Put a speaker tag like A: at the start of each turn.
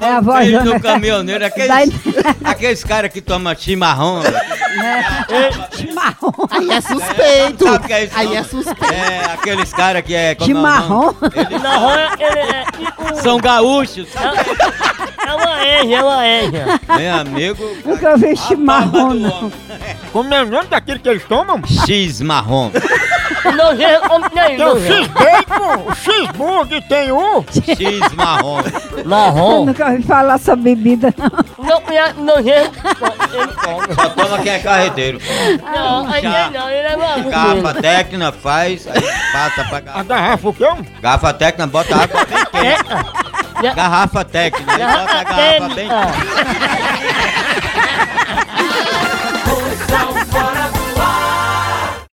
A: minha É avó.
B: Filho
A: Dona-
B: do um caminhoneiro, aqueles, aqueles caras que tomam chimarrão.
A: É, Chimarrão.
C: Aí é suspeito.
B: Sabe o que é isso?
C: Aí
B: não?
C: é suspeito.
B: É, aqueles caras que é. como é o
A: Chimarrão?
B: nome? Eles
D: Na roia, ele é. e
B: são gaúchos.
D: o- É uma erja, é uma erja.
B: Meu amigo.
A: Nunca vi
B: a barba
A: chimarrão,
B: do
A: não.
B: homem.
E: Como é o nome daquele que eles tomam?
B: X-marrom.
D: Não vê homem
E: Tem o
D: nenhum.
E: X-Bacon, o X-Bug e tem um.
B: X-marrom.
A: Eu
D: Marrom.
A: nunca ouvi falar essa bebida, não.
D: Não conhece, não vê. Ele come.
B: Só toma quem é carreteiro.
D: Não, aí
B: Já.
D: não, ele é maluco.
B: Garrafa
D: mesmo.
B: técnica, faz, aí passa pra
E: A
B: garrafa.
E: garrafa o quê? Um
B: Garrafa técnica, bota água bem quente.
D: É.
B: Garrafa técnica, aí bota a garrafa bem
D: Garrafa